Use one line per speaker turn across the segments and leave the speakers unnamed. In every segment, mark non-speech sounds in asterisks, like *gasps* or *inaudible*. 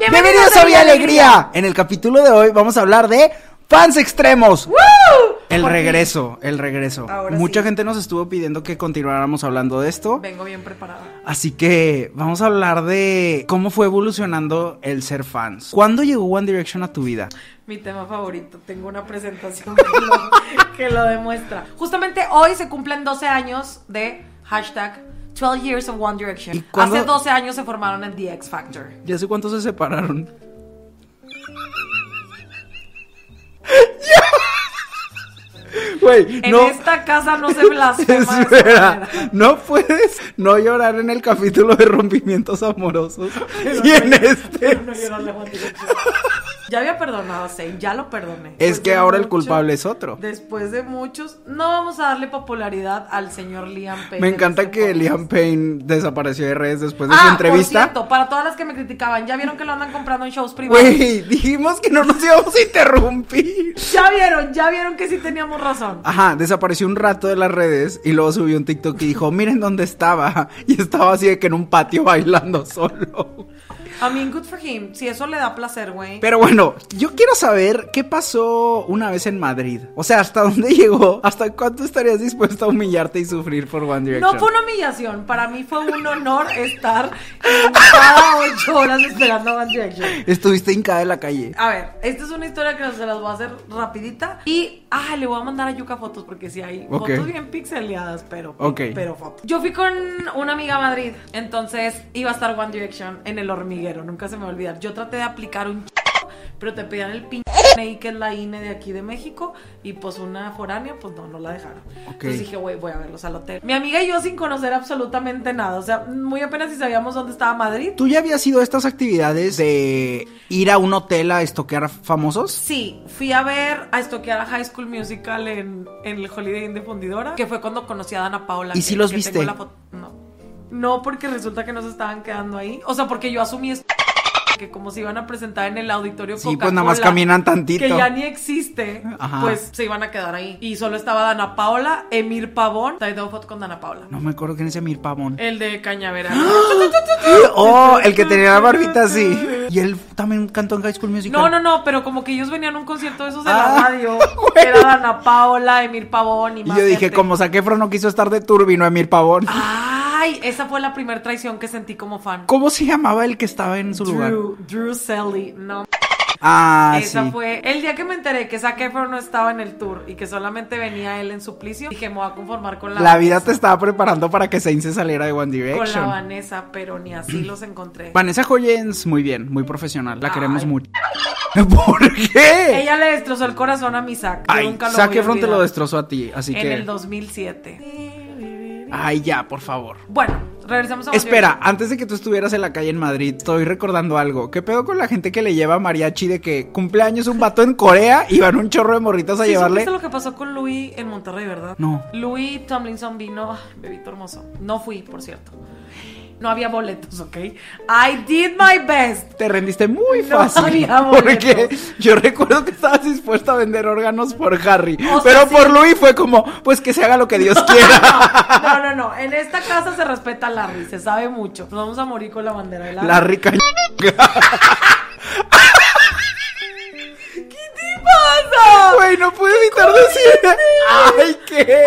Bienvenidos a Vía Alegría. En el capítulo de hoy vamos a hablar de fans extremos. El
Por fin.
regreso, el regreso.
Ahora
Mucha
sí.
gente nos estuvo pidiendo que continuáramos hablando de esto.
Vengo bien preparada.
Así que vamos a hablar de cómo fue evolucionando el ser fans. ¿Cuándo llegó One Direction a tu vida?
Mi tema favorito. Tengo una presentación *laughs* que lo, que lo demuestra. Justamente hoy se cumplen 12 años de hashtag 12 Years of One
¿Y
Direction.
cuándo-
Hace 12 años se formaron en The X Factor.
Ya sé cuántos se separaron. *laughs*
*laughs*
Güey,
En
no.
esta casa no se
*laughs*
blasfema. de esa
Espera,
manera.
no puedes no llorar en el capítulo de rompimientos amorosos y en
*laughs*
este.
Pero no llorarle a One Direction. Ya había perdonado a Zayn, ya lo perdoné.
Es
Después
que
de
ahora el
mucho-
culpable es otro.
Después de muchos, no vamos a darle popularidad al señor Liam Payne.
Me
en
encanta
este
que
podcast.
Liam Payne desapareció de redes después de su
Ah, Por
entrevista.
cierto, para todas las que me criticaban, ya vieron que lo andan comprando en shows privados.
Güey, dijimos que no nos íbamos a interrumpir.
Ya vieron, ya vieron que sí teníamos razón.
Ajá, desapareció un rato de las redes y luego subió un TikTok y dijo, miren dónde estaba. *laughs* Y estaba así de que en un patio bailando solo.
A mí, good for him. Si eso le da placer, güey.
Pero bueno, yo quiero saber qué pasó una vez en Madrid. O sea, ¿hasta dónde *laughs* llegó? ¿Hasta cuánto estarías dispuesto a humillarte y sufrir por One Direction?
No fue una humillación, para mí fue un honor estar cada ocho horas esperando a One Direction.
Estuviste hincada en la calle.
A ver, esta es una historia que se las voy a hacer rapidita. Y, ah, le voy a mandar a Yuka fotos porque sí hay
Ok.
fotos bien pixeleadas, pero,
Ok.
pero fotos. Yo fui con una amiga a Madrid, entonces iba a estar One Direction en el hormiguero, nunca se me va a olvidar. Yo traté de aplicar un ch- pero te pedían *laughs* el pinche INE, que es la INE de aquí de México, y pues una foránea, pues no, no la dejaron. Entonces dije, güey, voy a verlos al hotel. Mi amiga y yo sin conocer absolutamente nada, o sea, muy apenas si sabíamos dónde estaba Madrid.
¿Tú ya habías ido a estas actividades de ir a un hotel a estoquear a famosos?
Sí, fui a ver, a estoquear a High School Musical en, en el Holiday Inn de Fundidora, que fue cuando conocí a Dana Paula.
¿Y
que-
si los
que
viste?
tengo la foto- No. No, porque resulta que no se estaban quedando ahí. O sea, porque yo asumí es- que como se iban a presentar en el auditorio
Sí, pues nada más
Coca-Cola,
caminan tantito.
Que ya ni existe,
Ajá.
pues se iban a quedar ahí. Y solo estaba Dana Paula, Emir Pavón. Te tengo foto con Dana Paula.
No me acuerdo quién es Emir Pavón.
El de Cañavera.
*laughs* Oh, el que tenía la barbita
*laughs*
así. Y él también cantó en High School Musical.
*gasps* No, no, no, pero como que ellos venían a un concierto de esos de
Ah,
la radio.
*laughs* güey.
Era Dana Paola, Emir Pavón y
Y
más.
yo dije,
gente.
como Saquefro no quiso estar de tour, vino Emir Pavón.
Ah. Ay, esa fue la primera traición que sentí como fan.
¿Cómo se llamaba el que estaba en su lugar?
Drew, Drew Selly, no.
Ah,
esa
sí.
fue el día que me enteré que Zac Efron no estaba en el tour y que solamente venía él en suplicio. Dije, me voy a conformar con la,
La vida te estaba preparando para que Zayn se saliera de One
con la
Direction.
Vanessa, pero ni así
*clears throat*
los encontré.
Vanessa Hoyens, muy bien, muy profesional. La queremos
Ay.
mucho. *laughs* ¿Por qué?
Ella le destrozó el corazón a mi Zac. Yo
Ay,
nunca lo
Zac
voy a
Efron te lo
olvidar.
destrozó a ti, así
En
que...
el 2007.
Ay, ya, por favor.
Bueno, regresamos a One
Espera, antes de que tú estuvieras en la calle en Madrid, estoy recordando algo. ¿Qué pedo con la gente que le lleva mariachi de que cumpleaños un vato en Corea y van un chorro de morritas a
¿Sí
llevarle?
supiste lo que pasó con Louis en Monterrey, verdad?
No.
Louis Tomlinson vino, ay, bebito hermoso. No fui, por cierto. No había boletos, ¿ok? I did my best.
Te rendiste muy
No
fácil.
había boletos.
*laughs* porque yo recuerdo que estabas dispuesta a vender órganos por Harry.
O sea,
pero
sí.
por Louis fue como, pues que se haga lo
*laughs*
que Dios quiera.
No, no, no. En esta casa se respeta a Larry, se sabe mucho. Nos vamos a morir con la bandera de Larry.
La rica.
¿Qué te pasa?
Güey, no pude evitar decir. Ay, qué.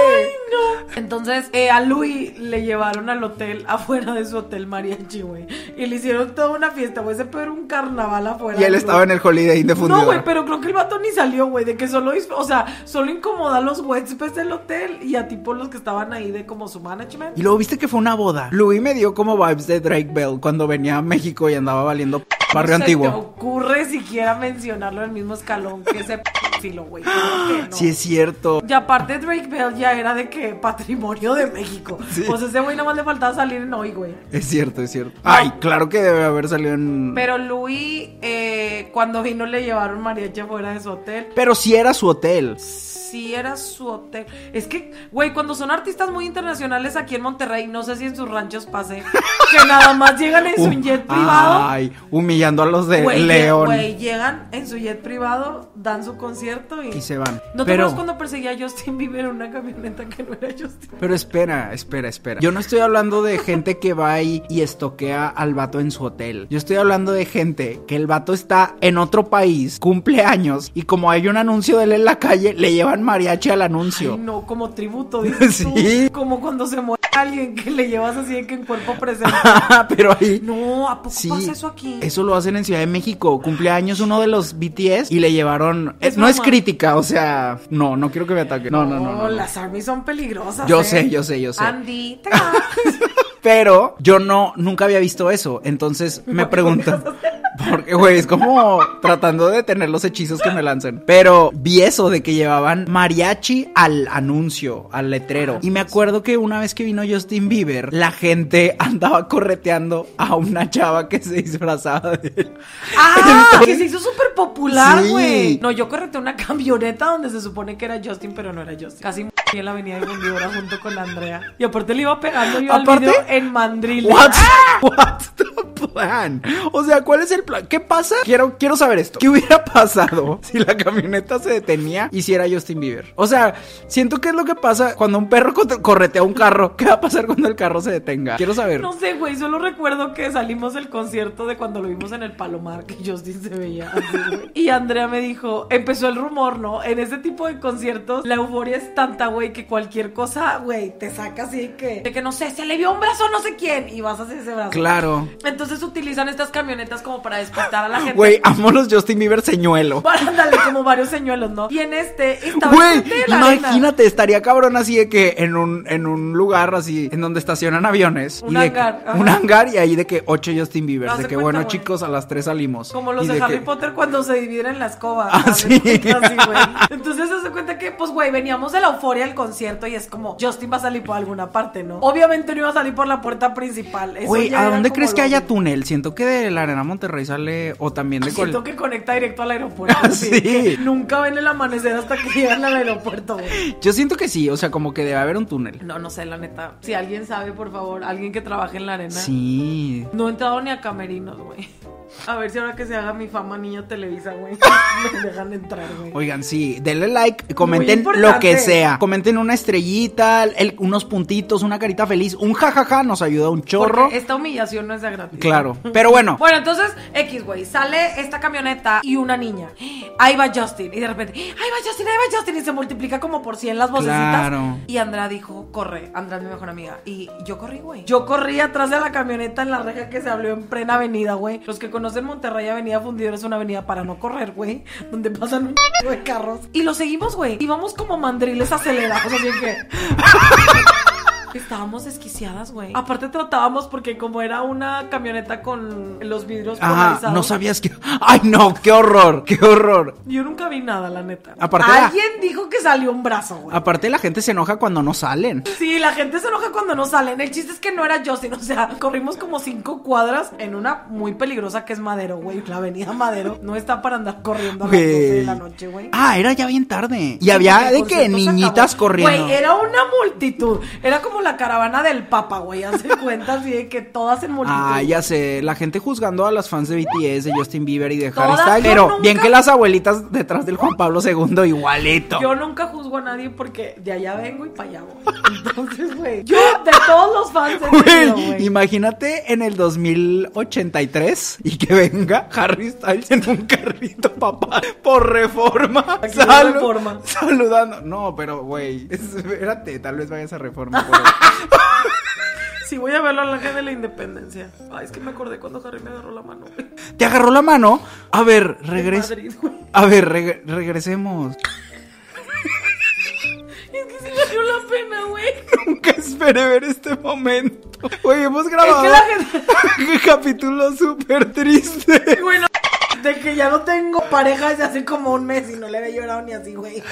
No. Entonces, eh, a Louis le llevaron al hotel, afuera de su hotel mariachi, güey. Y le hicieron toda una fiesta, güey. Se pegó un carnaval afuera.
Y él
del
estaba en el Holiday Inn de
No, güey,
Fundidora.
pero creo que el vato ni salió, güey, de que solo, dis- o sea, solo incomoda a los huéspedes del hotel y a tipo los que estaban ahí de como su management.
Y luego viste que fue una boda. Louis me dio como vibes de Drake Bell cuando venía a México y andaba valiendo p- barrio
¿No se
antiguo.
te ocurre siquiera mencionarlo en el mismo escalón que ese p- filo, güey. ¿Por qué no?
Sí, es cierto.
Y aparte Drake Bell ya era de que patrimonio de México.
Sí.
Pues ese güey nada más le faltaba salir en hoy, güey.
Es cierto, es cierto. Ay, claro que debe haber salido en. Pero,
Pero Luis, eh, cuando vino le llevaron mariachi fuera de su hotel.
sí era su hotel.
Sí era su hotel. Es que, güey, cuando son artistas muy internacionales aquí en Monterrey, no sé si en sus ranchos pase, que nada más llegan en su
Uh,
jet privado.
Ay, humillando a los de
Güey, lle-
León.
güey, llegan en su jet privado, dan su concierto y,
Y se van.
¿No te
Pero-
acuerdas cuando perseguía a Justin Bieber en una camioneta que no era Justin?
Pero espera, espera, espera. Yo no estoy hablando de gente que va ahí y estoquea al vato en su hotel. Yo estoy hablando de gente que el vato está en otro país, cumple años, y como hay un anuncio de él en la calle, le llevan mariachi al anuncio.
Ay, no, como
*laughs*
tributo, dices
Sí.
tú. Como cuando se muere alguien que le llevas así de que en cuerpo presente.
*laughs* Pero ahí.
No, ¿a poco
Sí,
pasa eso aquí?
eso lo hacen en Ciudad de México. Cumpleaños uno de los BTS y le llevaron. eh,
Es
no es
broma.
crítica, o sea, no, no quiero que me ataquen. No, no, no. no, no.
las armies son peligrosas.
Yo
¿eh?
sé, yo sé, yo sé.
Andy, te amo.
*laughs* *laughs* Pero yo no, nunca había visto eso.
*laughs*
Entonces me preguntan. *laughs* Porque, güey, es como tratando de tener los hechizos que me lanzan. Pero vi eso de que llevaban mariachi al anuncio, al letrero. Y me acuerdo que una vez que vino Justin Bieber, la gente andaba correteando a una chava que se disfrazaba de él.
Ah,
Entonces-
que se hizo súper popular,
Sí.
güey. No, yo correté una *laughs* camioneta donde se supone que era Justin, pero no era Justin. Casi me en la avenida de Fundidora junto con la Andrea. Y aparte le iba pegando yo
Aparte-
al video en mandril. Ah,
*laughs* What? What's the plan? O sea, ¿cuál es el plan? ¿Qué pasa? Quiero, quiero saber esto. ¿Qué hubiera pasado *laughs* si la camioneta se detenía y si era Justin Bieber? O sea, siento que es lo que pasa cuando un perro co- corretea un carro. ¿Qué va a pasar cuando el carro se detenga? Quiero saber.
No sé, güey, solo recuerdo que salimos del concierto de cuando lo vimos en el Palomar, que Justin se veía así, güey. Y Andrea me dijo, empezó el rumor, ¿no? En este tipo de conciertos, la euforia es tanta, güey, que cualquier cosa, güey, te saca así que... De que no sé, se le vio un brazo a no sé quién, y vas hacia ese brazo.
Claro.
Entonces utilizan estas camionetas como para despistar a la gente.
Güey, amo los Justin Bieber
*laughs*
señuelo.
Para ándale, como varios señuelos, ¿no? Y en este estaba
Güey,
enfrente de la arena.
imagínate, estaría cabrón así de que en un, en un lugar así, en donde estacionan aviones.
Un
y de que-
hangar, ajá.
un hangar y ahí de que ocho Justin Bieber.
Haz
De
de
que
cuenta,
bueno,
güey.
chicos, a las tres salimos.
Como los
Y
de, Harry
que-
Potter cuando se dividen en la escoba.
Ah,
¿sabes? *laughs*
sí.
Así, güey. Entonces se hace cuenta que, pues, güey, veníamos de la euforia del concierto y es como, Justin va a salir por alguna parte, ¿no? Obviamente no iba a salir por la puerta principal. eso
Güey,
ya
¿a
era
dónde
como
crees que
lo
haya
mismo.
túnel? Siento que de la Arena Monterrey sale o también de
Siento
cual-
que conecta directo al
*laughs*
aeropuerto.
Ah,
así de
sí.
que Nunca ven el amanecer hasta que llegan al aeropuerto,
*gasps*
güey.
Yo siento que sí, o sea, como que debe haber un túnel.
No, no sé, la neta. Si alguien sabe, por favor, alguien que trabaje en la arena.
Sí.
No he entrado ni a camerinos, güey. A ver si ahora que se haga mi fama niño Televisa, güey, me dejan entrar, güey.
Oigan, sí, denle like, comenten
importante.
lo que sea. Comenten una estrellita, el- unos puntitos, una carita feliz, un jajaja nos ayuda un chorro.
Porque esta humillación no es de gratis. *laughs*
Claro, pero bueno.
Bueno, entonces, X, güey, sale esta camioneta y una niña. Ahí va Justin. Y de repente, ahí va Justin, ahí va Justin. Y se multiplica como por 100 las vocecitas.
Claro.
Y Andrea dijo, corre. Andrea es mi mejor amiga. Y yo corrí, güey. Yo corrí atrás de la camioneta en la reja que se abrió en plena avenida, güey. Los que conocen Monterrey, Avenida Fundidor es una avenida para no correr, güey. Donde pasan un *laughs* chingo de carros. Y lo seguimos, güey. Íbamos como mandriles acelerados, así que... Estábamos desquiciadas, güey. Aparte tratábamos porque como era una camioneta con los vidrios
Ajá,
polarizados.
no sabías que. *laughs* ¡Ay, no! ¡Qué horror! ¡Qué horror!
Yo nunca vi nada, la neta.
Aparte era-
Alguien dijo que salió un brazo, güey.
Aparte, la gente se enoja cuando no salen.
Sí, la gente se enoja cuando no salen. El chiste es que no era Justin, o sea, corrimos como cinco cuadras en una muy peligrosa que es Madero, güey. La avenida Madero no está para andar corriendo a las 12 de la
Güey.
noche, güey.
Ah, era ya bien tarde. Y
Sí,
había
porque
de
por
que
cierto se
niñitas
acabó.
corriendo.
Güey, era una multitud. Era como la caravana del Papa, güey. Hace cuenta así de que todas en multitud.
Ah, ya sé, la gente juzgando a las fans de BTS, de Justin Bieber y de Harry
Todas,
Styles,
yo
pero
nunca-
bien que las abuelitas detrás del Juan Pablo II igualito. *laughs*
Yo nunca juzgo a nadie porque de allá vengo y para allá voy. Entonces, güey, yo de todos los fans he tenido,
Güey,
güey.
imagínate en el 2083 y que venga Harry Styles en un carrito, papá, por reforma.
Aquí en
Salu-
Reforma.
Saludando. No, pero güey, espérate, tal vez vayas a reforma. güey.
Sí, voy a verlo al ángel de la independencia. Ay, es que me acordé cuando Harry me agarró la mano. güey.
*laughs* Te agarró la mano. A ver, regresa.
Madrid, güey.
A ver, reg- regresemos.
Es que sí me dio la pena, güey.
Nunca esperé ver este momento. Güey, hemos
Es
grabado *laughs*
que la gente-
capítulo súper triste.
Bueno,
De que ya no tengo pareja desde hace como un mes y no le había llorado ni así, güey.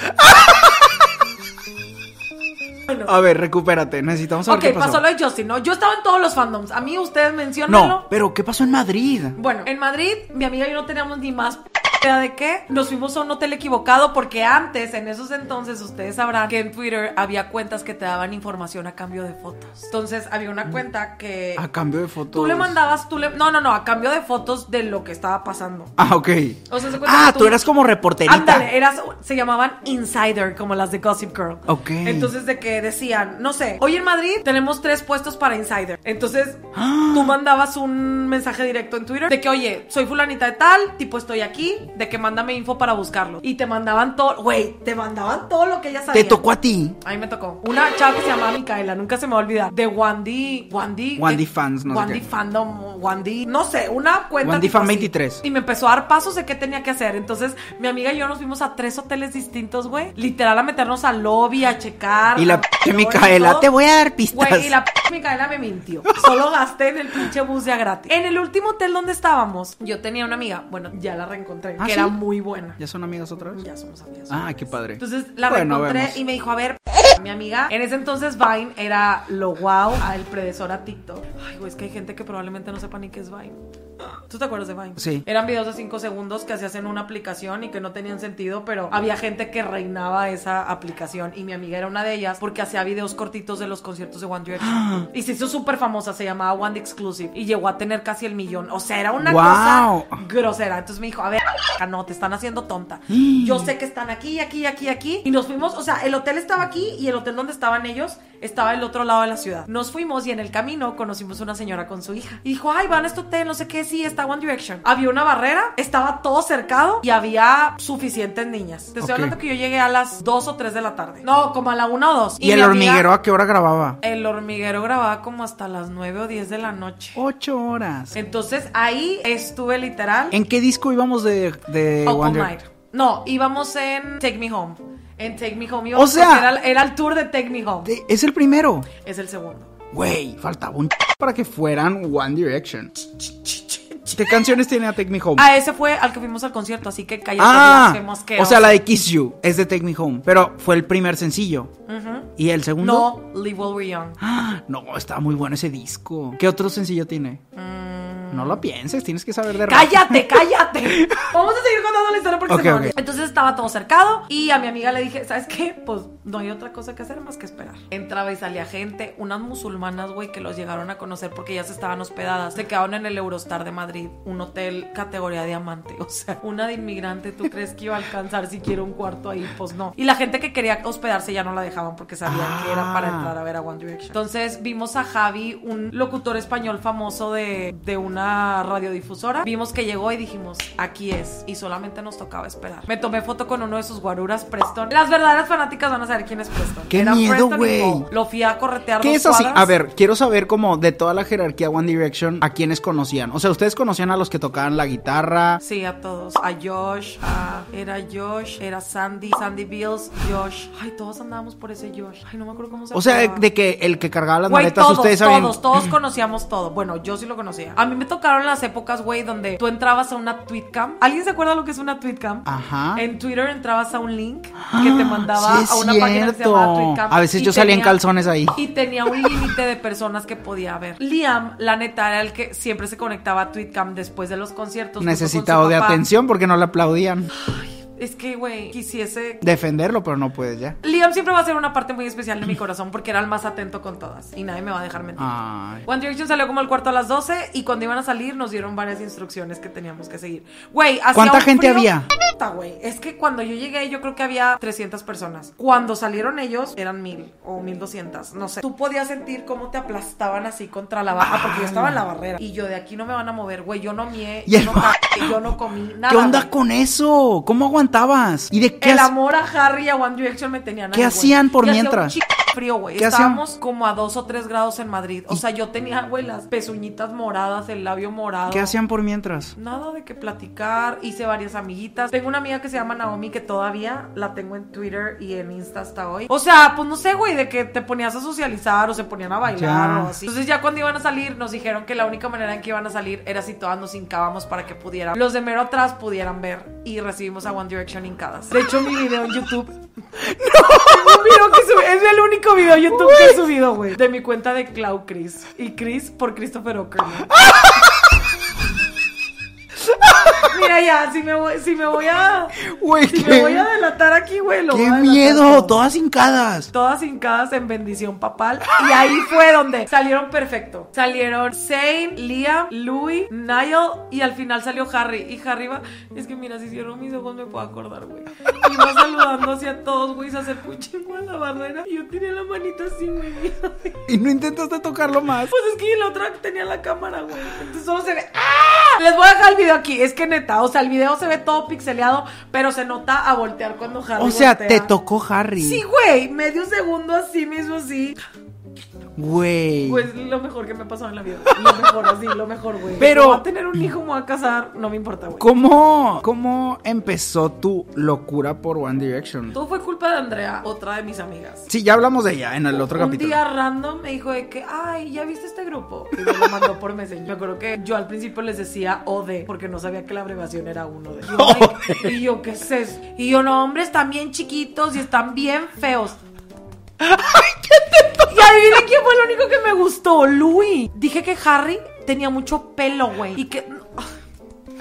A ver, recupérate. Necesitamos saber
Ok,
qué
pasó.
pasó.
lo de Justin, ¿no? Yo estaba en todos los fandoms. A mí ustedes mencionanlo.
No, pero ¿qué pasó en Madrid?
Bueno, en Madrid, mi amiga y yo no teníamos ni más p- idea de qué. Nos fuimos a un hotel equivocado porque antes, en esos entonces, ustedes sabrán que en Twitter había cuentas que te daban información a cambio de fotos. Entonces, había una cuenta que...
A cambio de fotos.
Tú le mandabas, tú le... No, no, no, a cambio de fotos de lo que estaba pasando.
Ah, ok.
O sea, se cuenta
ah,
que
tú... eras como reporterita.
Ándale, eras, se llamaban insider, como las de Gossip Girl.
Ok.
Entonces, de que decían, no sé, hoy en Madrid tenemos tres puestos para insider.
*gasps*
Entonces, tú mandabas un mensaje directo en Twitter de que, oye, soy fulanita de tal, tipo estoy aquí, de que mándame info para buscarlo. Y te mandaban todo, güey, te mandaban todo lo que ella sabía.
Te tocó a ti.
A mí me tocó. Una chava que se llamaba Micaela, nunca se me va a olvidar. De Wandy. Wandy.
Wandy
eh,
fans, no sé
Wandy
qué.
fandom. Wandy. No sé, una cuenta.
Wandy
tipo
fan
así.
23.
Y me empezó a dar pasos de qué tenía que hacer. Entonces, mi amiga y yo nos fuimos a tres hoteles distintos, güey. Literal, a meternos al lobby, a checar.
Y la
a-
p- Micaela, te voy a dar pistas.
Güey, y la p Micaela me mintió. Solo gasté en el pinche bus de a gratis. En el último hotel donde estábamos, yo tenía una amiga, bueno, ya la reencontré,
¿Ah,
que
sí?
era muy buena.
¿Ya son amigas otra vez?
Ya somos amigas.
Ah, qué padre.
Entonces la
Bueno, vemos.
reencontré y me dijo, a ver, mi amiga, en ese entonces Vine era lo wow, el predecesor a TikTok. Ay, güey, es que hay gente que probablemente no sepa ni qué es Vine. ¿Tú te acuerdas de Vine?
Sí.
Eran videos de 5 segundos que hacías en una aplicación y que no tenían sentido, pero había gente que reinaba esa aplicación y mi amiga era una de ellas porque hacía videos cortitos de los conciertos de One
*gasps*
Direction. y se hizo súper famosa, se llamaba One Exclusive y llegó a tener casi el millón. O sea, era una
Guau.
cosa grosera. Entonces me dijo, a ver, no, te están haciendo
*gasps*
tonta. Yo sé que están aquí, aquí, aquí, aquí. Y nos fuimos, o sea, el hotel estaba aquí y el hotel donde estaban ellos estaba el otro lado de la ciudad. Nos fuimos y en el camino conocimos una señora con su hija. Y dijo, ay, van a este hotel, no sé qué, sí, está One Direction. Había una barrera, estaba todo cercado y había suficientes niñas. Te estoy
Ok.
hablando que yo llegué a las 2 o 3 de la tarde. No, como a la 1 o 2.
¿Y el
mi amiga-
hormiguero a qué hora grababa?
El hormiguero grababa como hasta las 9 o 10 de la noche.
Ocho horas.
Entonces ahí estuve literal
¿En qué disco íbamos de, de
Open
Wonder?
Mic. No, íbamos en Take Me Home. En Take Me Home.
O
Íbamos
sea-
porque era, era el tour de Take Me Home.
De- es el primero.
Es el segundo.
Güey, faltaba un ch- para que fueran One Direction. ¿Qué canciones tiene a Take Me Home?
Ah, ese fue al que fuimos al concierto, así que cállate,
Ah,
blasfemo asqueroso.
o sea, la de Kiss You es de Take Me Home, pero fue el primer sencillo. ¿Y el segundo?
No, Live While We're Young.
Ah, no, está muy bueno ese disco. ¿Qué otro sencillo tiene? No lo pienses, tienes que saber de rap.
Mm. ¡Cállate,
*laughs*
cállate! Vamos a seguir contando la historia porque
Ok,
se me
ok.
olvidó. Entonces estaba todo cercado y a mi amiga le dije, ¿sabes qué? Pues no hay otra cosa que hacer más que esperar. Entraba y salía gente, unas musulmanas, güey, que los llegaron a conocer porque ellas estaban hospedadas. Se quedaron en el Eurostar de Madrid, un hotel categoría diamante. O sea, una de inmigrante, ¿tú crees que iba a alcanzar si quiero un cuarto ahí? Pues no. Y la gente que quería hospedarse ya no la dejaban porque sabían que era para
Ah.
entrar a ver a One Direction. Entonces vimos a Javi, un locutor español famoso de, de una radiodifusora. Vimos que llegó y dijimos, aquí es. Y solamente nos tocaba esperar. Me tomé foto con uno de sus guaruras, Preston. Las verdaderas fanáticas van a saber quién es Preston.
¡Qué
Era
miedo,
Preston y
güey!
Paul. Lo fui a corretear
¿Qué
dos
es así?
cuadras.
A ver, quiero saber como de toda la jerarquía One Direction a quienes conocían. O sea, ustedes conocían a los que tocaban la guitarra.
Sí, a todos. A Josh, a- era Josh, era Sandy, Sandy Bills, Josh. Ay, todos andábamos por ese Josh. Ay, no me acuerdo cómo se
O sea, de,
llamaba.
de que el que cargaba las
Güey,
maletas,
todos,
ustedes sabían.
todos, todos conocíamos todo. Bueno, yo sí lo conocía. A mí me tocaron las épocas, güey, donde tú entrabas a una tweetcam. ¿Alguien se acuerda lo que es una tweetcam?
Ajá.
En Twitter entrabas a un link que te mandaba
*gasps* sí es
a una página que se
cierto.
llamaba tweetcam.
A veces
y
yo salía en calzones ahí.
Y tenía un límite de personas que podía ver. Liam, la neta, era el que siempre se conectaba a tweetcam después de los conciertos. junto con su
Necesitado de
papá.
atención porque no le aplaudían.
Es que, güey, quisiese
Defenderlo, pero no puedes ya.
Liam siempre va a ser una parte muy especial de mi corazón porque era el más atento con todas y nadie me va a dejar mentir.
Ay.
One Direction salió como el cuarto a las 12 y cuando iban a salir nos dieron varias instrucciones que teníamos que seguir. Güey, hacía
¿Cuánta
un
gente
frío-
había?
Puta, güey. Es que cuando yo llegué yo creo que había 300 personas. Cuando salieron ellos eran 1000 o 1200, no sé. Tú podías sentir cómo te aplastaban así contra la barra porque yo estaba en la barrera y yo de aquí no me van a mover, güey. Yo no mié,
Y
yo
el
no,
ma-
cagué, yo no comí nada.
¿Qué onda
güey.
con eso? ¿Cómo aguantabas? ¿Y de qué
El
has-
amor a Harry y a One Direction me tenían
¿Qué
ahí, güey.
hacían por
Y hacía
mientras?
un chi- frío, güey.
¿Qué
Estábamos como a dos o tres grados en Madrid. O sea, yo tenía, güey, las pezuñitas moradas, el labio morado.
¿Qué hacían por mientras?
Nada de que platicar, hice varias amiguitas. Tengo una amiga que se llama Naomi que todavía la tengo en Twitter y en Insta hasta hoy. O sea, pues no sé, güey, de que te ponías a socializar o se ponían a bailar
Ya.
o así. Entonces ya cuando iban a salir nos dijeron que la única manera en que iban a salir era si todas nos hincábamos para que pudieran, los de mero atrás pudieran ver y recibimos a One Direction hincadas. De hecho, mi video en *laughs* YouTube... Tengo un video que subí- es el único video en YouTube que he subido, güey. De mi cuenta de Clau Chris. Y Chris por Christopher Ockerman. Mira ya, si me voy, si me voy a.
Güey,
Si me
qué-
voy a delatar aquí, güey. lo voy
¡Qué
a delatar
miedo!
todo.
Todas hincadas.
Todas hincadas en bendición papal. Y ahí fue donde salieron perfecto. Salieron Zane, Liam, Louis, Niall y al final salió Harry. Y Harry va, es que mira, si cierro mis ojos me puedo acordar, güey. Y va saludando hacia todos, güey. Se acercó un chingo a la barrera. Y yo tenía la manita así, güey.
Y no intentaste tocarlo más.
Pues es que la otra tenía la cámara, güey. Entonces solo se ve. ¡Ah! Les voy a dejar el video aquí. Es que neta, o sea, el video se ve todo pixeleado, pero se nota a voltear cuando Harry.
O sea,
voltea.
te tocó Harry.
Sí, güey. Medio segundo así mismo, así.
Güey.
Pues lo mejor que me ha pasado en la vida. Lo mejor, así, lo mejor, güey.
Pero-
Si voy a tener un hijo, me voy a casar. No me importa, güey.
¿Cómo, ¿Cómo empezó tu locura por One Direction?
Todo fue culpa de Andrea, otra de mis amigas.
Sí, ya hablamos de ella en el otro
un
capítulo.
día random me dijo de que, ay, ¿ya viste este grupo? Y me lo mandó por Messenger. Me acuerdo que yo al principio les decía OD, porque no sabía que la abreviación era uno
*laughs*
de. Yo, "Ay", y yo, ¿qué es eso? Y yo, no, hombre, están bien chiquitos y están bien feos. Y adivina quién fue el único que me gustó, Louis. Dije que Harry tenía mucho pelo, güey. Y que.
*laughs*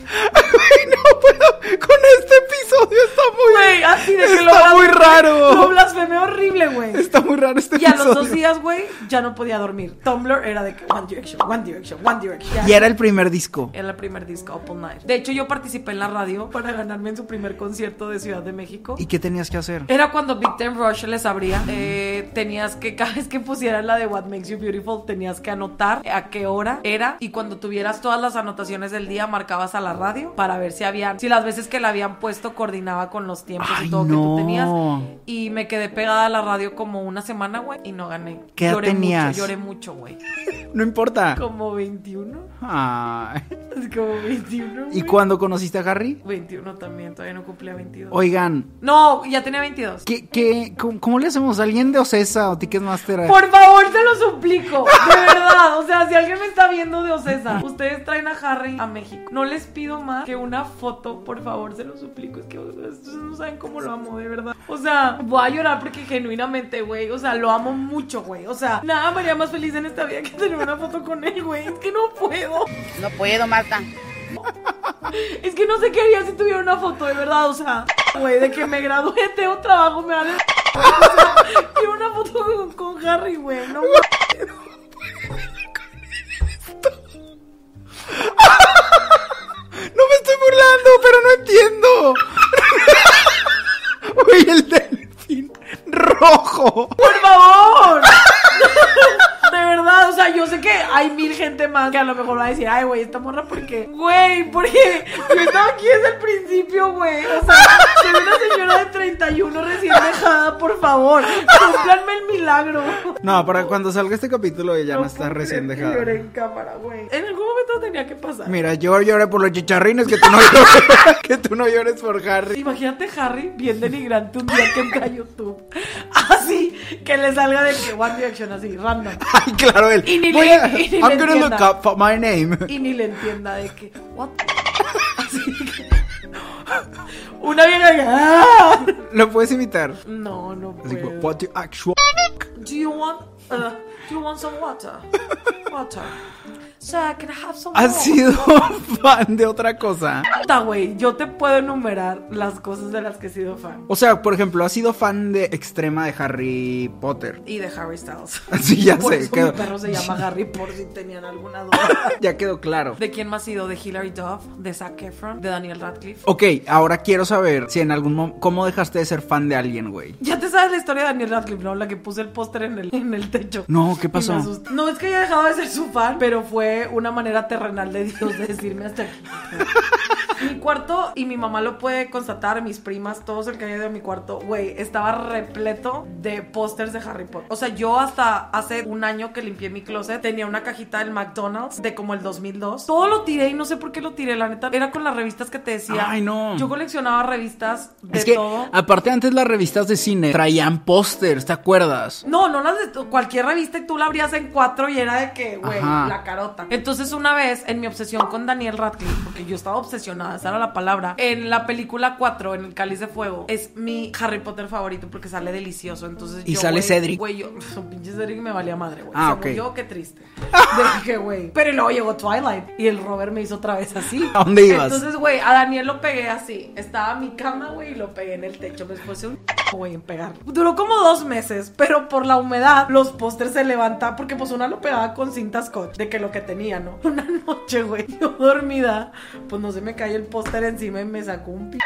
Ay, no, pero con este episodio está muy.
Güey, así de que lo
está
blas-
muy raro.
Lo blasfemé horrible, güey.
Está muy raro este
Y a
episodio.
los dos días, güey, ya no podía dormir. Tumblr era de que One Direction, One Direction, One Direction.
Y era el primer disco.
Era el primer disco, Open Night. De hecho, yo participé en la radio para ganarme en su primer concierto de Ciudad de México.
¿Y qué tenías que hacer?
Era cuando Big Ten Rush les abría. Eh, tenías que, *laughs* cada vez que pusieras la de What Makes You Beautiful, tenías que anotar a qué hora era. Y cuando tuvieras todas las anotaciones del día, marcabas a la radio para ver si habían, si las veces que la habían puesto coordinaba con los tiempos
Ay,
y todo que
no.
tú tenías. Y me quedé pegada a la radio como una semana, güey, y no gané.
¿Qué edad
lloré
tenías?
mucho, lloré mucho, güey.
No importa.
Como 21.
Ay.
Es *laughs* como 21.
¿Y
güey.
cuándo conociste a Harry?
21 también, todavía no cumplía 22.
Oigan,
No, ya tenía 22.
¿qué, qué, cómo, cómo le hacemos? ¿Alguien de Ocesa o Ticketmaster?
Por favor, te lo suplico. De verdad. O sea, si alguien me está viendo de Ocesa, ustedes traen a Harry a México. No les pido más que una foto, por favor, se lo suplico. Es que o sea, ustedes no saben cómo lo amo, de verdad. O sea, voy a llorar porque genuinamente, güey. O sea, lo amo mucho, güey. O sea, nada me haría más feliz en esta vida que tener una foto con él, güey. Es que no puedo.
No puedo, Marta.
Es que no sé qué haría si tuviera una foto, de verdad, o sea, güey, de que me gradué, tengo trabajo, me vale. O sea, quiero una foto con, con Harry, güey, no mames.
No me estoy burlando, pero no *laughs* entiendo. Oye, el delfín rojo.
¡Por favor! De verdad, o sea, yo sé que hay mil gente más que a lo mejor va a decir, ay, güey, esta morra, ¿por qué? Güey, porque yo estaba aquí desde el principio, güey. O sea, soy una señora de 31 recién dejada, por favor. Cúmplanme el milagro.
No, para cuando salga este capítulo ella no, está
puedo
recién
creer que
dejada.
Lloré en cámara, güey. En algún momento tenía que pasar.
Mira, yo lloré por los chicharrines que tú no *laughs* llores, que tú no llores por Harry.
Imagínate Harry bien denigrante un día que entra a YouTube. Así que le salga de que One Direction así, random.
Ay, claro, él.
Y ni
Voy
le-
a-
y ni le
I'm gonna look
entienda.
up for my name.
Y ni le entienda de que. What the- *laughs* Así de que- Una vieja de que, "Ah".
Lo puedes imitar.
Pues. No, no
Así como,
puedo.
what the actual.
Do you want uh, do you want some water? Water. So I can have some
¿Has
water.
sido *laughs* fan de otra cosa?
Puta, güey, yo te puedo enumerar las cosas de las que he sido fan.
O sea, por ejemplo, ¿has sido fan de extrema de Harry Potter? *laughs*
Y de Harry Styles.
Sí, ya
Por
sé,
eso
quedó-
mi perro se llama Harry por si tenían alguna duda.
*laughs* Ya quedó claro.
¿De quién más ha sido? ¿De Hillary Duff? ¿De Zac Efron? ¿De Daniel Radcliffe?
Ok, ahora quiero saber si en algún momento... ¿Cómo dejaste de ser fan de alguien, güey?
Ya te sabes la historia de Daniel Radcliffe, ¿no? La que puse el póster en el, en el techo.
No, ¿qué
Y me
pasó?
asusté. No, es que haya dejado de ser su fan, pero fue una manera terrenal de Dios de decirme hasta aquí. Mi cuarto, y mi mamá lo puede constatar, mis primas, todos el que haya ido a mi cuarto, güey, estaba repleto de pósters de Harry Potter. O sea, yo hasta hace un año que limpié mi closet, tenía una cajita del McDonald's de como el 2002. Todo lo tiré y no sé por qué lo tiré, la neta. Era con las revistas que te decía.
Ay, no.
Yo coleccionaba revistas de
es que,
todo.
aparte, antes las revistas de cine traían pósters, ¿te acuerdas?
No, no las de cualquier revista y tú la abrías en cuatro y era de que, güey,
Ajá.
la carota. Entonces, una vez, en mi obsesión con Daniel Radcliffe, porque yo estaba obsesionada, esa era la palabra, en la película 4, en El Cáliz de Fuego, es mi Harry Potter favorito porque sale delicioso. Entonces,
Y
yo,
sale
güey,
Cedric.
Güey, yo, *laughs* su pinche Cedric me valía madre, güey.
Ah,
Ah,
ok.
Yo, qué triste. *laughs* Dije, güey. Pero luego llegó Twilight y el Robert me hizo otra vez así.
*laughs* ¿A dónde ibas?
Entonces, güey, a Daniel lo pegué así. Estaba en mi cama, güey, y lo pegué en el techo. Me puse un *laughs* güey en pegarlo. Duró como dos meses, pero por la humedad los pósters se levantaban porque pues una lo pegaba con cintas scotch, de que lo que tenía, ¿no? *laughs* Una noche, güey, yo dormida, pues no se me cayó el póster encima y me sacó un *laughs* p***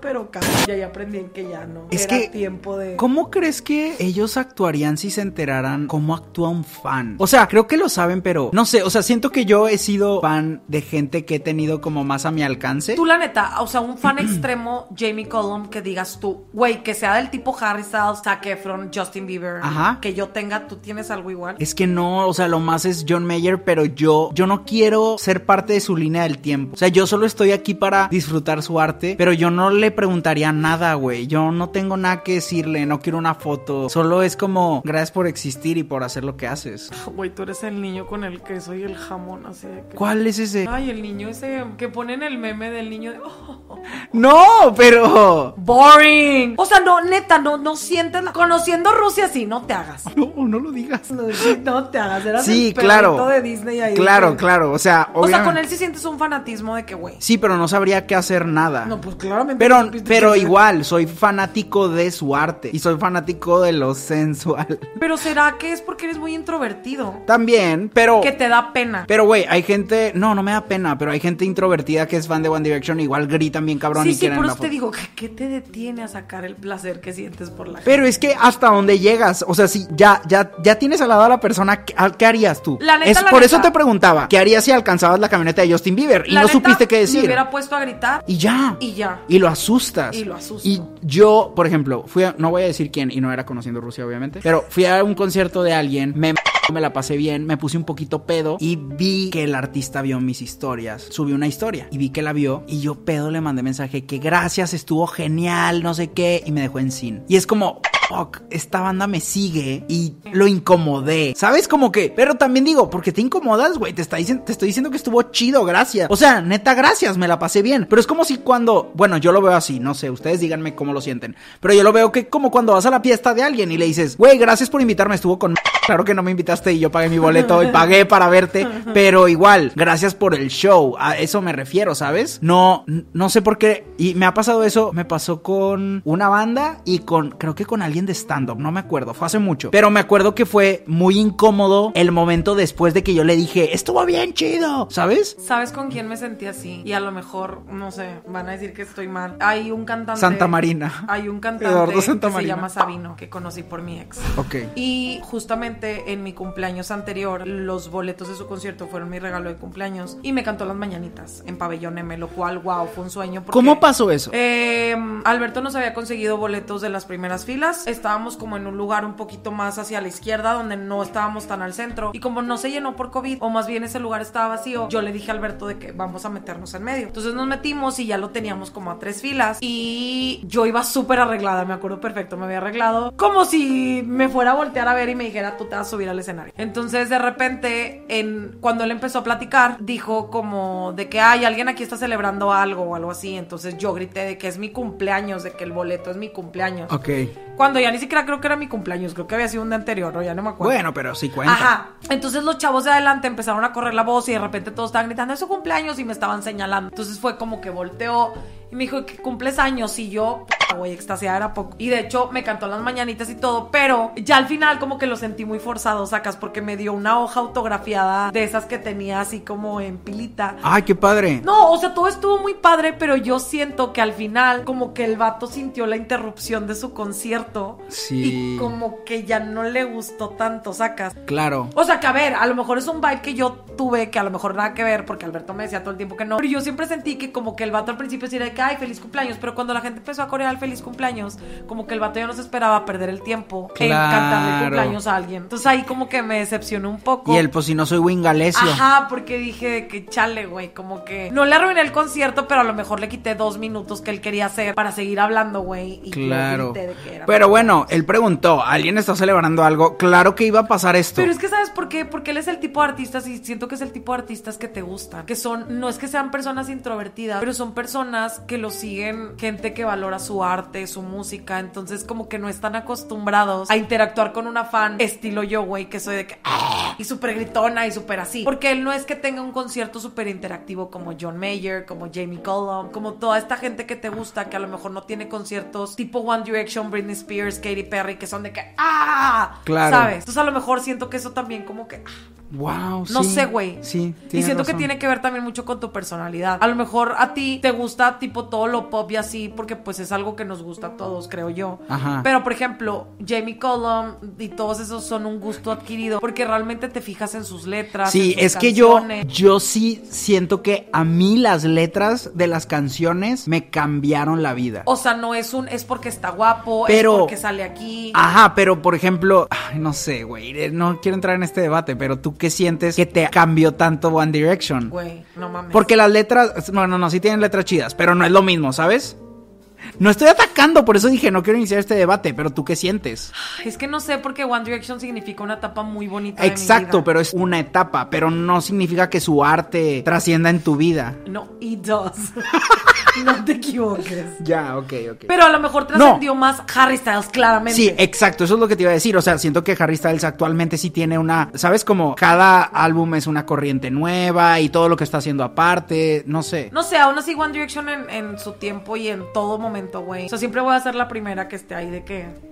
pero cabrón. Y ahí aprendí en que ya no.
Es
Era
que-
tiempo de...
¿Cómo crees que ellos actuarían si se enteraran cómo actúa un fan? O sea, creo que lo saben, pero no sé, o sea, siento que yo he sido fan de gente que he tenido como más a mi alcance.
Tú, la neta, o sea, un fan extremo, Jamie Cullum, que digas tú, güey, que sea del tipo Harry Styles, Zac Efron, Justin Bieber,
Ajá.
que yo tenga, tú tienes algo igual.
Es que no, o sea, lo más es John Mayer, pero yo, yo no quiero ser parte de su línea del tiempo. O sea, yo solo estoy aquí para disfrutar su arte, pero yo no le preguntaría nada, güey. Yo no tengo nada que decirle, no quiero una foto. Solo es como, gracias por existir y por hacer lo que haces.
Güey, tú eres el niño con el queso y el jamón, así de que...
¿Cuál es ese?
Ay, el niño ese que ponen el meme del niño de... "Oh".
No, pero... *laughs*
¡Boring! O sea, no, neta, no, no sientes... la- Conociendo Rusia, sí, no te hagas.
No, no lo digas.
No, *laughs* no te hagas, eras
Sí,
el
claro.
perrito de Disney ahí.
Claro,
de-
claro. O sea,
O sea, con
obviamente-
él sí sientes un fanatismo de que, güey...
Sí, pero no sabría qué hacer nada.
No, pues claramente... no *laughs*
Pero,
supiste
pero
qué hacer.
igual, soy fanático de su arte y soy fanático de lo sensual. *laughs*
Pero será que es porque eres muy introvertido.
También, pero...
Que te da pena.
Pero, güey, hay gente... No, no me da pena, pero hay gente introvertida que es fan de One Direction. Igual gritan bien cabrón
sí,
y
sí,
quieren
por
la
eso te
foto.
digo que ¿qué te detiene a sacar el placer que sientes por la gente?
Pero es que hasta donde llegas, o sea, si ya, ya, ya tienes al lado a la persona, ¿qué, a- qué harías tú?
La neta,
es,
la
por
neta.
eso te preguntaba, ¿qué harías si alcanzabas la camioneta de Justin Bieber? Y
La
no
neta,
supiste qué
Me
decir.
hubiera puesto a gritar.
Y ya.
Y ya.
Y lo asustas.
Y lo asusto.
Y yo, por ejemplo, fui a- no voy a decir quién, y no era conociendo Rusia, obviamente, pero fui a un concierto de alguien, me m- me la pasé bien, me puse un poquito pedo y vi que el artista vio mis historias. Subí una historia y vi que la vio y yo pedo le mandé mensaje que gracias, estuvo genial, no sé qué, y me dejó en sin. Y es como, fuck, esta banda me sigue y lo incomodé. ¿Sabes? Como que, pero también digo, porque te incomodas, güey, te, está dicien- te estoy diciendo que estuvo chido, gracias. O sea, neta, gracias, me la pasé bien. Pero es como si cuando, bueno, yo lo veo así, no sé, ustedes díganme cómo lo sienten. Pero yo lo veo que como cuando vas a la fiesta de alguien y le dices, güey, gracias por invitarme, estuvo con... Claro que no me invitaste y yo pagué mi boleto y pagué para verte, pero igual, gracias por el show, a eso me refiero, ¿sabes? No, n- no sé por qué, y me ha pasado eso, me pasó con una banda y con, creo que con alguien de stand-up, no me acuerdo, fue hace mucho, pero me acuerdo que fue muy incómodo el momento después de que yo le dije, estuvo bien chido, ¿sabes?
¿Sabes con quién me sentí así? Y a lo mejor, no sé, van a decir que estoy mal. Hay un cantante.
Santa Marina.
Hay un cantante
Eduardo Santa
que se
Marina.
llama Sabino, que conocí por mi ex.
Ok.
Y justamente en mi cumpleaños anterior, los boletos de su concierto fueron mi regalo de cumpleaños. Y me cantó las mañanitas en Pabellón M, lo cual, wow, fue un sueño. porque-
¿Cómo pasó eso?
Eh, Alberto nos había conseguido boletos de las primeras filas. Estábamos como en un lugar un poquito más hacia la izquierda, donde no estábamos tan al centro. Y como no se llenó por COVID, o más bien ese lugar estaba vacío, yo le dije a Alberto de que vamos a meternos en medio. Entonces nos metimos y ya lo teníamos como a tres filas. Y yo iba súper arreglada, me acuerdo perfecto, me había arreglado como si me fuera a voltear a ver y me dijera, tú te vas a subir al escenario. Entonces de repente, en, cuando él empezó a platicar, dijo como de que, ay, alguien aquí está celebrando algo o algo así. Entonces yo grité de que es mi cumpleaños, de que el boleto es mi cumpleaños.
Ok.
Cuando ya ni siquiera creo que era mi cumpleaños, creo que había sido un día anterior, o ya no me acuerdo.
Bueno, pero sí cuenta.
Ajá. Entonces los chavos de adelante empezaron a correr la voz y de repente todos estaban gritando, es su cumpleaños y me estaban señalando. Entonces fue como que volteó y me dijo, que cumples años? Y yo, güey, extasiada era poco. Y de hecho me cantó las mañanitas y todo, pero ya al final como que lo sentí muy forzado, sacas, porque me dio una hoja autografiada de esas que tenía así como en pilita.
Ay, qué padre.
No, o sea, todo estuvo muy padre, pero yo siento que al final como que el vato sintió la interrupción de su concierto
Sí.
y como que ya no le gustó tanto, sacas.
Claro.
O sea, que a ver, a lo mejor es un vibe que yo tuve que a lo mejor nada que ver, porque Alberto me decía todo el tiempo que no. Pero yo siempre sentí que como que el vato al principio decía de que, ay, feliz cumpleaños. Pero cuando la gente empezó a corear el feliz cumpleaños, como que el vato ya no se esperaba perder el tiempo en
Claro.
cantarle cumpleaños a alguien. Entonces ahí como que me decepcionó un poco.
Y el pues si no soy wingalesio.
Ajá, porque dije de que chale, güey, como que no le arruiné el concierto, pero a lo mejor le quité dos minutos que él quería hacer para seguir hablando, güey. Y
Claro.
grité de que era
Pero bueno, él preguntó, ¿alguien está celebrando algo? Claro que iba a pasar esto.
Pero es que sabes por qué, porque él es el tipo de artistas y siento que es el tipo de artistas que te gustan, que son, no es que sean personas introvertidas, pero son personas que lo siguen, gente que valora su arte, su música, entonces como que no están acostumbrados a interactuar con una fan estilo yo, güey, que soy de que "Ah", y súper gritona y súper así, porque él no es que tenga un concierto súper interactivo como John Mayer, como Jamie Cullum, como toda esta gente que te gusta, que a lo mejor no tiene conciertos tipo One Direction, Britney Spears, Katy Perry, que son de que ¡ah!
Claro.
¿Sabes? Entonces a lo mejor siento que eso también como que... ah,
Wow,
No
sí.
sé, güey.
Sí,
Y
tienes
siento que
razón.
tiene que ver también mucho con tu personalidad. A lo mejor a ti te gusta tipo todo lo pop y así, porque pues es algo que nos gusta a todos, creo yo.
Ajá.
Pero por ejemplo, Jamie Cullum y todos esos son un gusto adquirido, porque realmente te fijas en sus letras.
Sí,
en sus
es que yo,
canciones.
yo sí siento que a mí las letras de las canciones me cambiaron la vida.
O sea, no es un, es porque está guapo,
Pero- Ah.
es porque sale aquí.
Ajá, pero por ejemplo, ay, no sé, güey, eh, no quiero entrar en este debate, pero tú qué sientes que te cambió tanto One Direction?
Güey, no mames.
Porque las letras, no, no, no, sí tienen letras chidas, pero no es lo mismo, ¿sabes? No estoy atacando, por eso dije, no quiero iniciar este debate, pero tú qué sientes?
Es que no sé, porque One Direction significa una etapa muy bonita. de mi
Exacto,
vida.
pero es una etapa, pero no significa que su arte trascienda en tu vida.
No, y dos. *laughs* no te equivoques.
Ya, ok, ok.
Pero a lo mejor trascendió más Harry Styles, claramente.
Sí, eh. exacto, eso es lo que te iba a decir. O sea, siento que Harry Styles actualmente sí tiene una. ¿Sabes? Como cada álbum es una corriente nueva y todo lo que está haciendo aparte. No sé.
No sé, aún así One Direction en, en su tiempo y en todo momento, güey. O sea, siempre voy a ser la primera que esté ahí de que...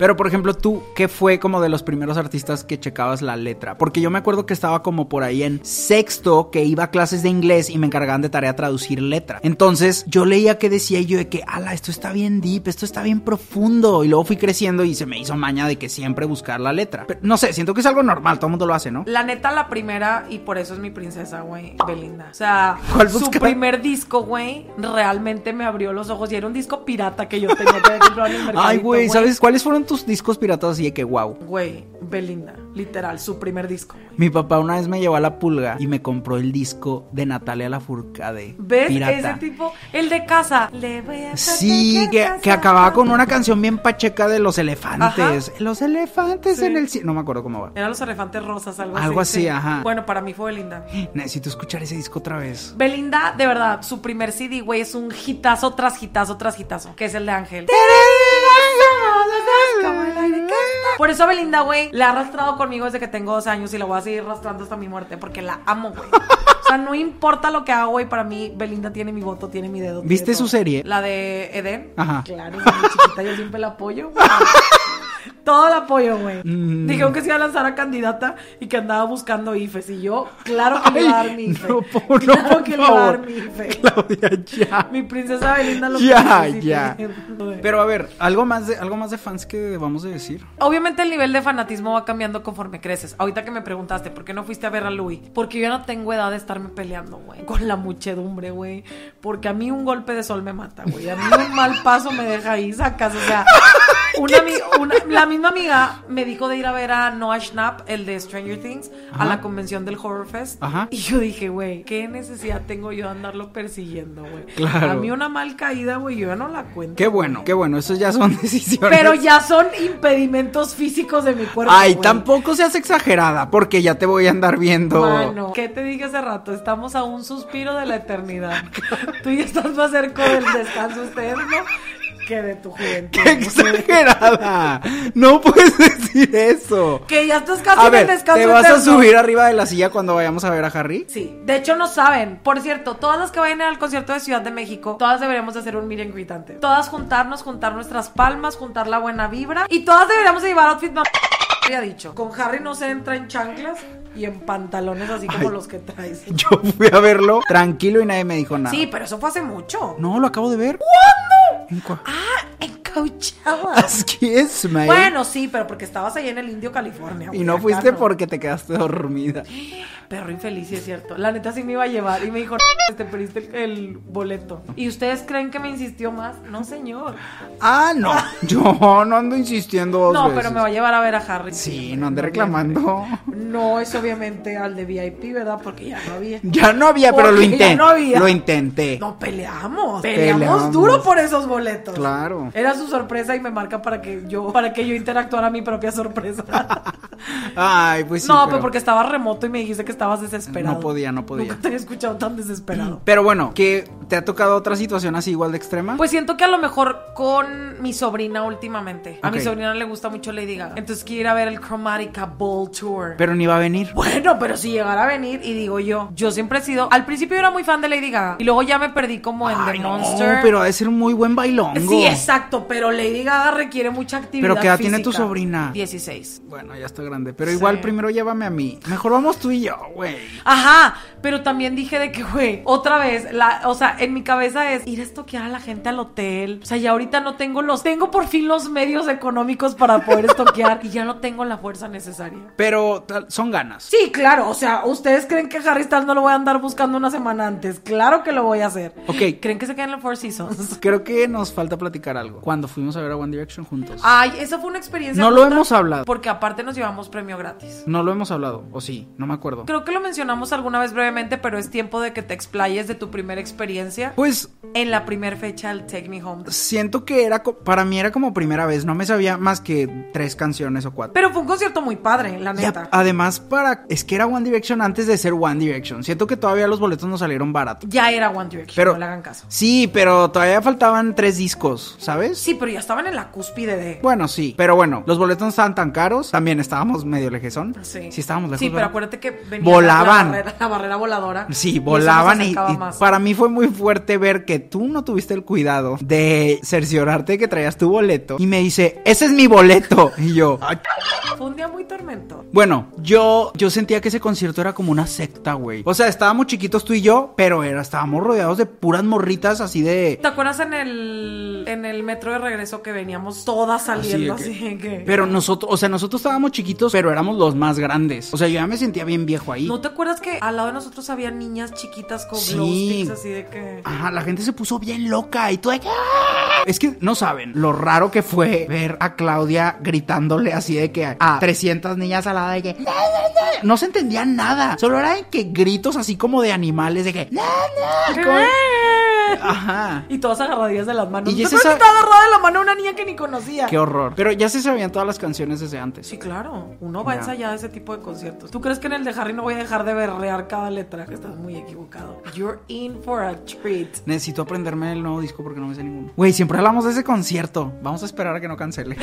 Pero por ejemplo, tú, ¿qué fue como de los primeros artistas que checabas la letra? Porque yo me acuerdo que estaba como por ahí en sexto, que iba a clases de inglés y me encargaban de tarea traducir letra. Entonces yo leía que decía y yo de que, ala, esto está bien deep, esto está bien profundo. Y luego fui creciendo y se me hizo maña de que siempre buscar la letra. Pero, no sé, siento que es algo normal, todo el mundo lo hace, ¿no?
La neta, la primera, y por eso es mi princesa, güey, Belinda. O sea,
¿Cuál
su
buscaba?
primer disco, güey, realmente me abrió los ojos. Y era un disco pirata que yo tenía que comprar en el mercadito,
Ay, güey, ¿sabes cuáles fueron tus discos piratas? Así de que, wow.
Güey, Belinda, literal, su primer disco, güey.
Mi papá una vez me llevó a la pulga y me compró el disco de Natalia Lafourcade.
¿Ves?
Pirata.
Ese tipo, el de casa. Le voy a
Sí, que,
casa.
que acababa con una canción bien pacheca de los elefantes. Los elefantes
Sí.
en el cielo. No me acuerdo cómo va.
Eran los elefantes rosas, algo,
Algo
así.
así, ajá.
Bueno, para mí fue Belinda.
Necesito escuchar ese disco otra vez.
Belinda, de verdad, su primer CD, güey, es un hitazo tras hitazo tras hitazo, que es el de Ángel. Por eso a Belinda, güey, la ha arrastrado conmigo desde que tengo 12 años y la voy a seguir arrastrando hasta mi muerte, porque la amo, güey. O sea, no importa lo que haga, güey, para mí Belinda tiene mi voto, tiene mi dedo. tiene
¿Viste
todo.
su serie?
La de Eden.
Ajá.
Claro, es muy chiquita, yo siempre la apoyo, güey. Todo el apoyo, güey.
Mm.
Dijeron que se iba a lanzar a candidata y que andaba buscando IFES. Y yo, claro que le iba a dar mi IFE.
no, por- no,
claro
por
que le iba a dar
favor.
mi IFE.
Claudia, ya.
Mi princesa Belinda lo
Ya,
que necesite. *laughs*
ya.
Güey.
Pero a ver, algo más de, algo más de fans que debamos de decir.
Obviamente el nivel de fanatismo va cambiando conforme creces. Ahorita que me preguntaste por qué no fuiste a ver a Louis, porque yo ya no tengo edad de estarme peleando, güey, con la muchedumbre, güey, porque a mí un golpe de sol me mata, güey, a mí un mal paso me deja ahí, sacas, o
*laughs*
sea, una ami- una- la misma amiga me dijo de ir a ver a Noah Schnapp, el de Stranger Things, a la convención del Horror Fest,
Ajá.
y yo dije, güey, qué necesidad tengo yo de andarlo persiguiendo, güey.
Claro.
A mí una mal caída, güey, yo ya no la cuento.
Qué bueno, qué bueno. Esos ya son *laughs* decisiones.
Pero ya son impedimentos físicos de mi cuerpo.
Ay,
güey.
tampoco seas exagerada, porque ya te voy a andar viendo.
Mano, ¿qué te dije hace rato? Estamos a
*laughs*
un suspiro de la eternidad. Tú ya estás más cerca del descanso externo
que de tu juventud.
*laughs* *laughs* ¡Qué exagerada! No puedes *laughs* decir eso.
Que ya estás casi en
A
el
ver,
descanso
¿te vas a
eterno.
subir arriba de la silla cuando vayamos a ver a Harry? *laughs*
Sí, de hecho no saben. Por cierto, todas las que vayan al concierto de Ciudad de México, todas deberíamos de hacer un meet and greet antes. Todas juntarnos, juntar nuestras palmas, juntar la buena vibra y todas deberíamos de llevar outfit más había dicho. Con Harry no se entra en chanclas y en pantalones así como los que traes.
Yo fui a verlo tranquilo y nadie me dijo nada.
Sí, pero eso fue hace mucho.
No, lo acabo de ver. ¿Cuándo? ¿En cua- *laughs*
Ah, en Coachella.
Excuse me.
Bueno, sí, pero porque estabas ahí en el Indio, California.
Y
güey,
no
acá
fuiste
no.
porque te quedaste dormida.
Perro infeliz, sí es cierto. La neta sí me iba a llevar y me dijo, "No, te perdiste el, el boleto. ¿Y ustedes creen que me insistió más? No, señor.
Ah, no. *laughs* Yo no ando insistiendo dos
No, pero
veces.
me va a llevar a ver a Harry.
Sí, no ande reclamando.
No, es obviamente al de VIP, ¿verdad? Porque ya no había.
*laughs* Ya no había, pero lo
Porque ya
intenté.
no había.
Lo intenté.
No, peleamos. Peleamos,
Peleamos.
duro por esos boletos.
Claro.
Era su sorpresa y me marca para que yo, para que yo interactuara mi propia sorpresa.
Ay, pues *laughs* sí.
no, pero
pero-
porque estaba remoto y me dijiste que estabas desesperado.
No podía, no podía.
Nunca te había escuchado tan desesperado.
Pero bueno, ¿que te ha tocado otra situación así igual de extrema?
Pues siento que a lo mejor con mi sobrina últimamente. A mi
Ok.
sobrina le gusta mucho Lady Gaga. Entonces quiere ir a ver el Chromatica Ball Tour.
pero ni va a venir.
Bueno, pero si llegara a venir, y digo yo, yo siempre he sido. Al principio era muy fan de Lady Gaga, y luego ya me perdí como en The
Ay, no,
Monster.
pero ha de ser un muy buen bailongo.
Sí, exacto, pero Lady Gaga requiere mucha actividad.
¿Pero qué edad tiene tu
física.
sobrina?
16.
Bueno, ya está grande. Pero igual primero llévame a mí. Mejor vamos tú y yo, güey.
Ajá, pero también dije de que, güey, otra vez, la, o sea, en mi cabeza es ir a estoquear a la gente al hotel. O sea, ya ahorita no tengo los, tengo por fin los medios económicos para poder
*laughs*
estoquear y ya no tengo la fuerza necesaria.
Pero tal- son ganas.
Sí, claro, o sea, ¿ustedes creen que Harry Styles no lo voy a andar buscando una semana antes? Claro que lo voy a hacer.
Ok.
¿Creen que se queda en el Four Seasons? *laughs*
Creo que nos falta platicar algo. Cuando fuimos a ver a One Direction juntos.
Ay, esa fue una experiencia.
No lo
brutal,
hemos hablado.
Porque aparte nos llevamos premio gratis.
No lo hemos hablado, o sí, no me acuerdo.
Creo que lo mencionamos alguna vez brevemente, pero es tiempo de que te explayes de tu primera experiencia
Pues
en la primera fecha del Take Me Home.
siento que era, co- para mí era como primera vez, no me sabía más que tres canciones o cuatro.
Pero fue un concierto muy padre, la
Y a-
neta.
además para, es que era One Direction antes de ser One Direction. Siento que todavía los boletos nos salieron baratos.
Ya era One Direction,
Pero,
no le hagan caso.
Sí, pero todavía faltaban tres discos, ¿sabes?
Sí, pero ya estaban en la cúspide de...
Bueno, sí, pero bueno, los boletos no estaban tan caros. También estábamos medio lejezón.
Sí.
estábamos lejos.
Sí, pero
¿verdad?
acuérdate que venía
Volaban.
La, la barrera, la barrera voladora.
Sí, volaban
Y,
y,
eso nos acercaba
y
más.
para mí fue muy fuerte ver que tú no tuviste el cuidado de cerciorarte que traías tu boleto y me dice, ese es mi boleto. *laughs* Y yo, "Ay,
Fue un día muy tormentoso.
bueno, yo, yo sentía que ese concierto era como una secta, güey. O sea, estábamos chiquitos tú y yo, pero era, estábamos rodeados de puras morritas así de...
¿Te acuerdas en el, en el metro de regreso que veníamos todas saliendo
Así
así?
de que-
que-
Ah, Pero nosotros, o sea, nosotros estábamos chiquitos, pero éramos los más grandes. O sea, yo ya me sentía bien viejo ahí.
¿No te acuerdas que al lado de nosotros había niñas chiquitas con
Sí.
glow sticks así de que...
Ajá, la gente se puso bien loca y todo. "Ah". Es que no saben lo raro que fue ver a Claudia gritándole así de que a 300 niñas al lado de que "No, no, no". no se entendía nada. Solo era de que gritos así como de animales de que "No, no". Ajá.
¡Eh! Y todas agarradillas de las manos.
Ah. Y
¿Y
es
esa...
esa-
estaba agarrada de la mano una niña que ni conocía?
Qué horror. Pero ya se sabían todas las canciones desde antes.
Sí, claro. Uno va
Ya.
ensayado a ese tipo de conciertos. ¿Tú crees que en el de Harry no voy a dejar de berrear cada letra? Estás muy equivocado. You're in for a treat.
Necesito aprenderme el nuevo disco porque no me sé ninguno. Güey, siempre hablamos de ese concierto. Vamos a esperar a que no cancele.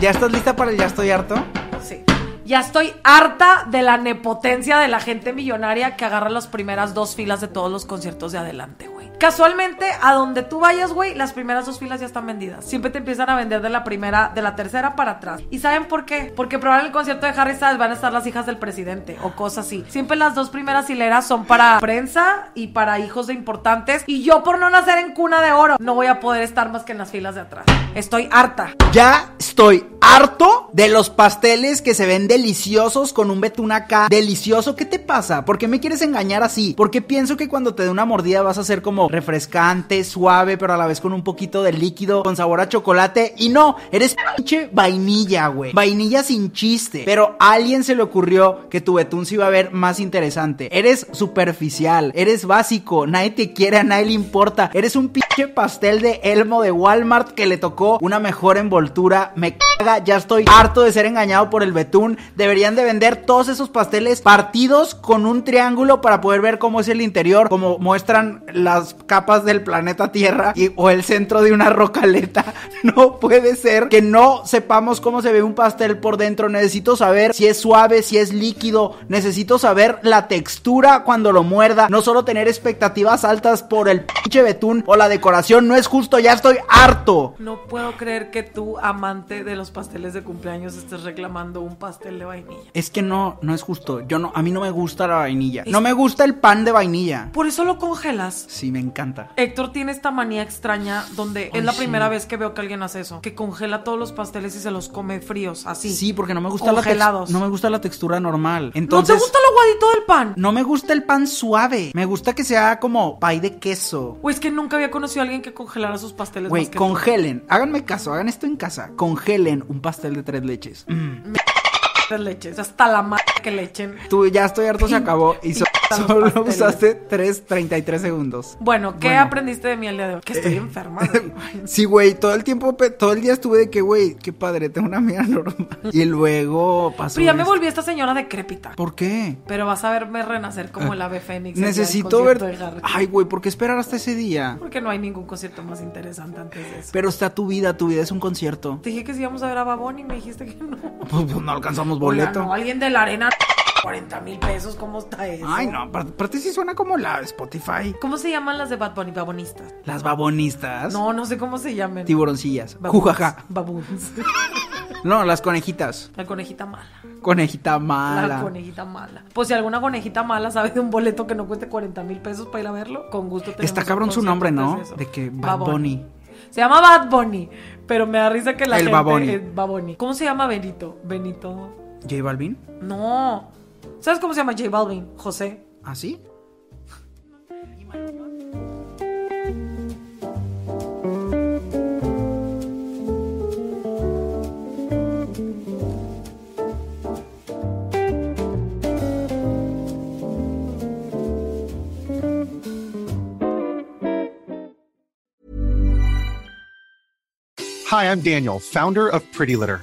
¿Ya estás lista para el ya estoy harto?
Sí. Ya estoy harta de la nepotencia de la gente millonaria que agarra las primeras dos filas de todos los conciertos de adelante, güey. Casualmente, a donde tú vayas, güey, las primeras dos filas ya están vendidas. Siempre te empiezan a vender de la primera, de la tercera para atrás. ¿Y saben por qué? Porque probablemente el concierto de Harry Styles van a estar las hijas del presidente o cosas así. Siempre las dos primeras hileras son para prensa y para hijos de importantes. Y yo, por no nacer en cuna de oro, no voy a poder estar más que en las filas de atrás. Estoy harta.
Ya estoy harto de los pasteles que se ven deliciosos con un betún acá. Delicioso, ¿qué te pasa? ¿Por qué me quieres engañar así? ¿Por qué pienso que cuando te dé una mordida vas a ser como refrescante, suave, pero a la vez con un poquito de líquido, con sabor a chocolate? Y no, eres pinche vainilla, güey. Vainilla sin chiste. Pero a alguien se le ocurrió que tu betún se iba a ver más interesante. Eres superficial, eres básico, nadie te quiere, a nadie le importa. Eres un pinche pastel de Elmo de Walmart que le tocó una mejor envoltura. Me caga mala, ya estoy harto de ser engañado por el betún. Deberían de vender todos esos pasteles partidos con un triángulo para poder ver cómo es el interior, como muestran las capas del planeta Tierra y, o el centro de una rocaleta. *laughs* No puede ser que no sepamos cómo se ve un pastel por dentro. Necesito saber si es suave, si es líquido. Necesito saber la textura cuando lo muerda. No solo tener expectativas altas por el pinche betún o la decoración. No es justo, ya estoy harto.
No puedo creer que tú, amante de los pasteles de cumpleaños, estés reclamando un pastel de vainilla.
Es que no, no es justo. Yo no, a mí no me gusta la vainilla. No me gusta el pan de vainilla.
Por eso lo congelas.
Sí, me encanta.
Héctor tiene esta manía extraña donde es la primera vez que veo que alguien hace eso, que congela todos los pasteles y se los come fríos, así.
Sí, porque no me gusta la tex-
Congelados.
no me gusta la textura normal.
¿No
Entonces
te gusta lo guadito del pan?
no me gusta el pan suave. Me gusta que sea como pay de queso.
O es que nunca había conocido a alguien que congelara sus pasteles.
Güey,
más que tú.
congelen. Háganme caso, hagan esto en casa. Congelen un pastel de tres leches. Mm,
Tres leches, hasta la madre que le echen.
Tú ya estoy harto, se acabó. Y so-
Pintan los
solo
pasteles.
usaste 3, 33 segundos.
Bueno, ¿qué aprendiste de mí el día de hoy? Que estoy enferma.
*laughs*
güey.
Eh, Sí, güey, todo el tiempo, pe- todo el día estuve de que, güey, qué padre, tengo una amiga *laughs* normal. Y luego pasó.
Pero ya me
esto.
volví esta señora decrépita.
¿Por qué?
Pero vas a verme renacer como el ave fénix. el día del
Ah, Necesito ver.
concierto de Garrett.
Ay, güey, ¿por qué esperar hasta ese día?
Porque no hay ningún concierto más interesante antes de eso.
Pero está tu vida, tu vida es un concierto. *laughs*
Te dije que sí íbamos a ver a Babón y me dijiste que no.
Pues, pues, no alcanzamos
Oiga, no,
boleto.
alguien de la arena, 40 mil pesos, ¿cómo está eso?
Ay, no, aparte aparte sí suena como la de Spotify.
¿Cómo se llaman las de Bad Bunny? Babonistas.
Las babonistas.
No, no sé cómo se llaman.
Tiburoncillas.
Baboons.
Jujaja.
Baboons. *laughs*
No, las conejitas.
La conejita mala.
Conejita
La
mala.
conejita mala. Pues si alguna conejita mala sabe de un boleto que no cueste 40 mil pesos para ir a verlo, con gusto tenemos
Está
un
cabrón su
concierto
nombre, ¿no?
antes
De
eso.
que Bad Bunny.
Se llama Bad Bunny, pero me da risa que la
El
gente
Baboni.
es Baboni. ¿Cómo se llama Benito? Benito.
¿J Balvin?
No. ¿Sabes cómo se llama J Balvin? José.
¿Así?
Hi, I'm Daniel, founder of Pretty Litter.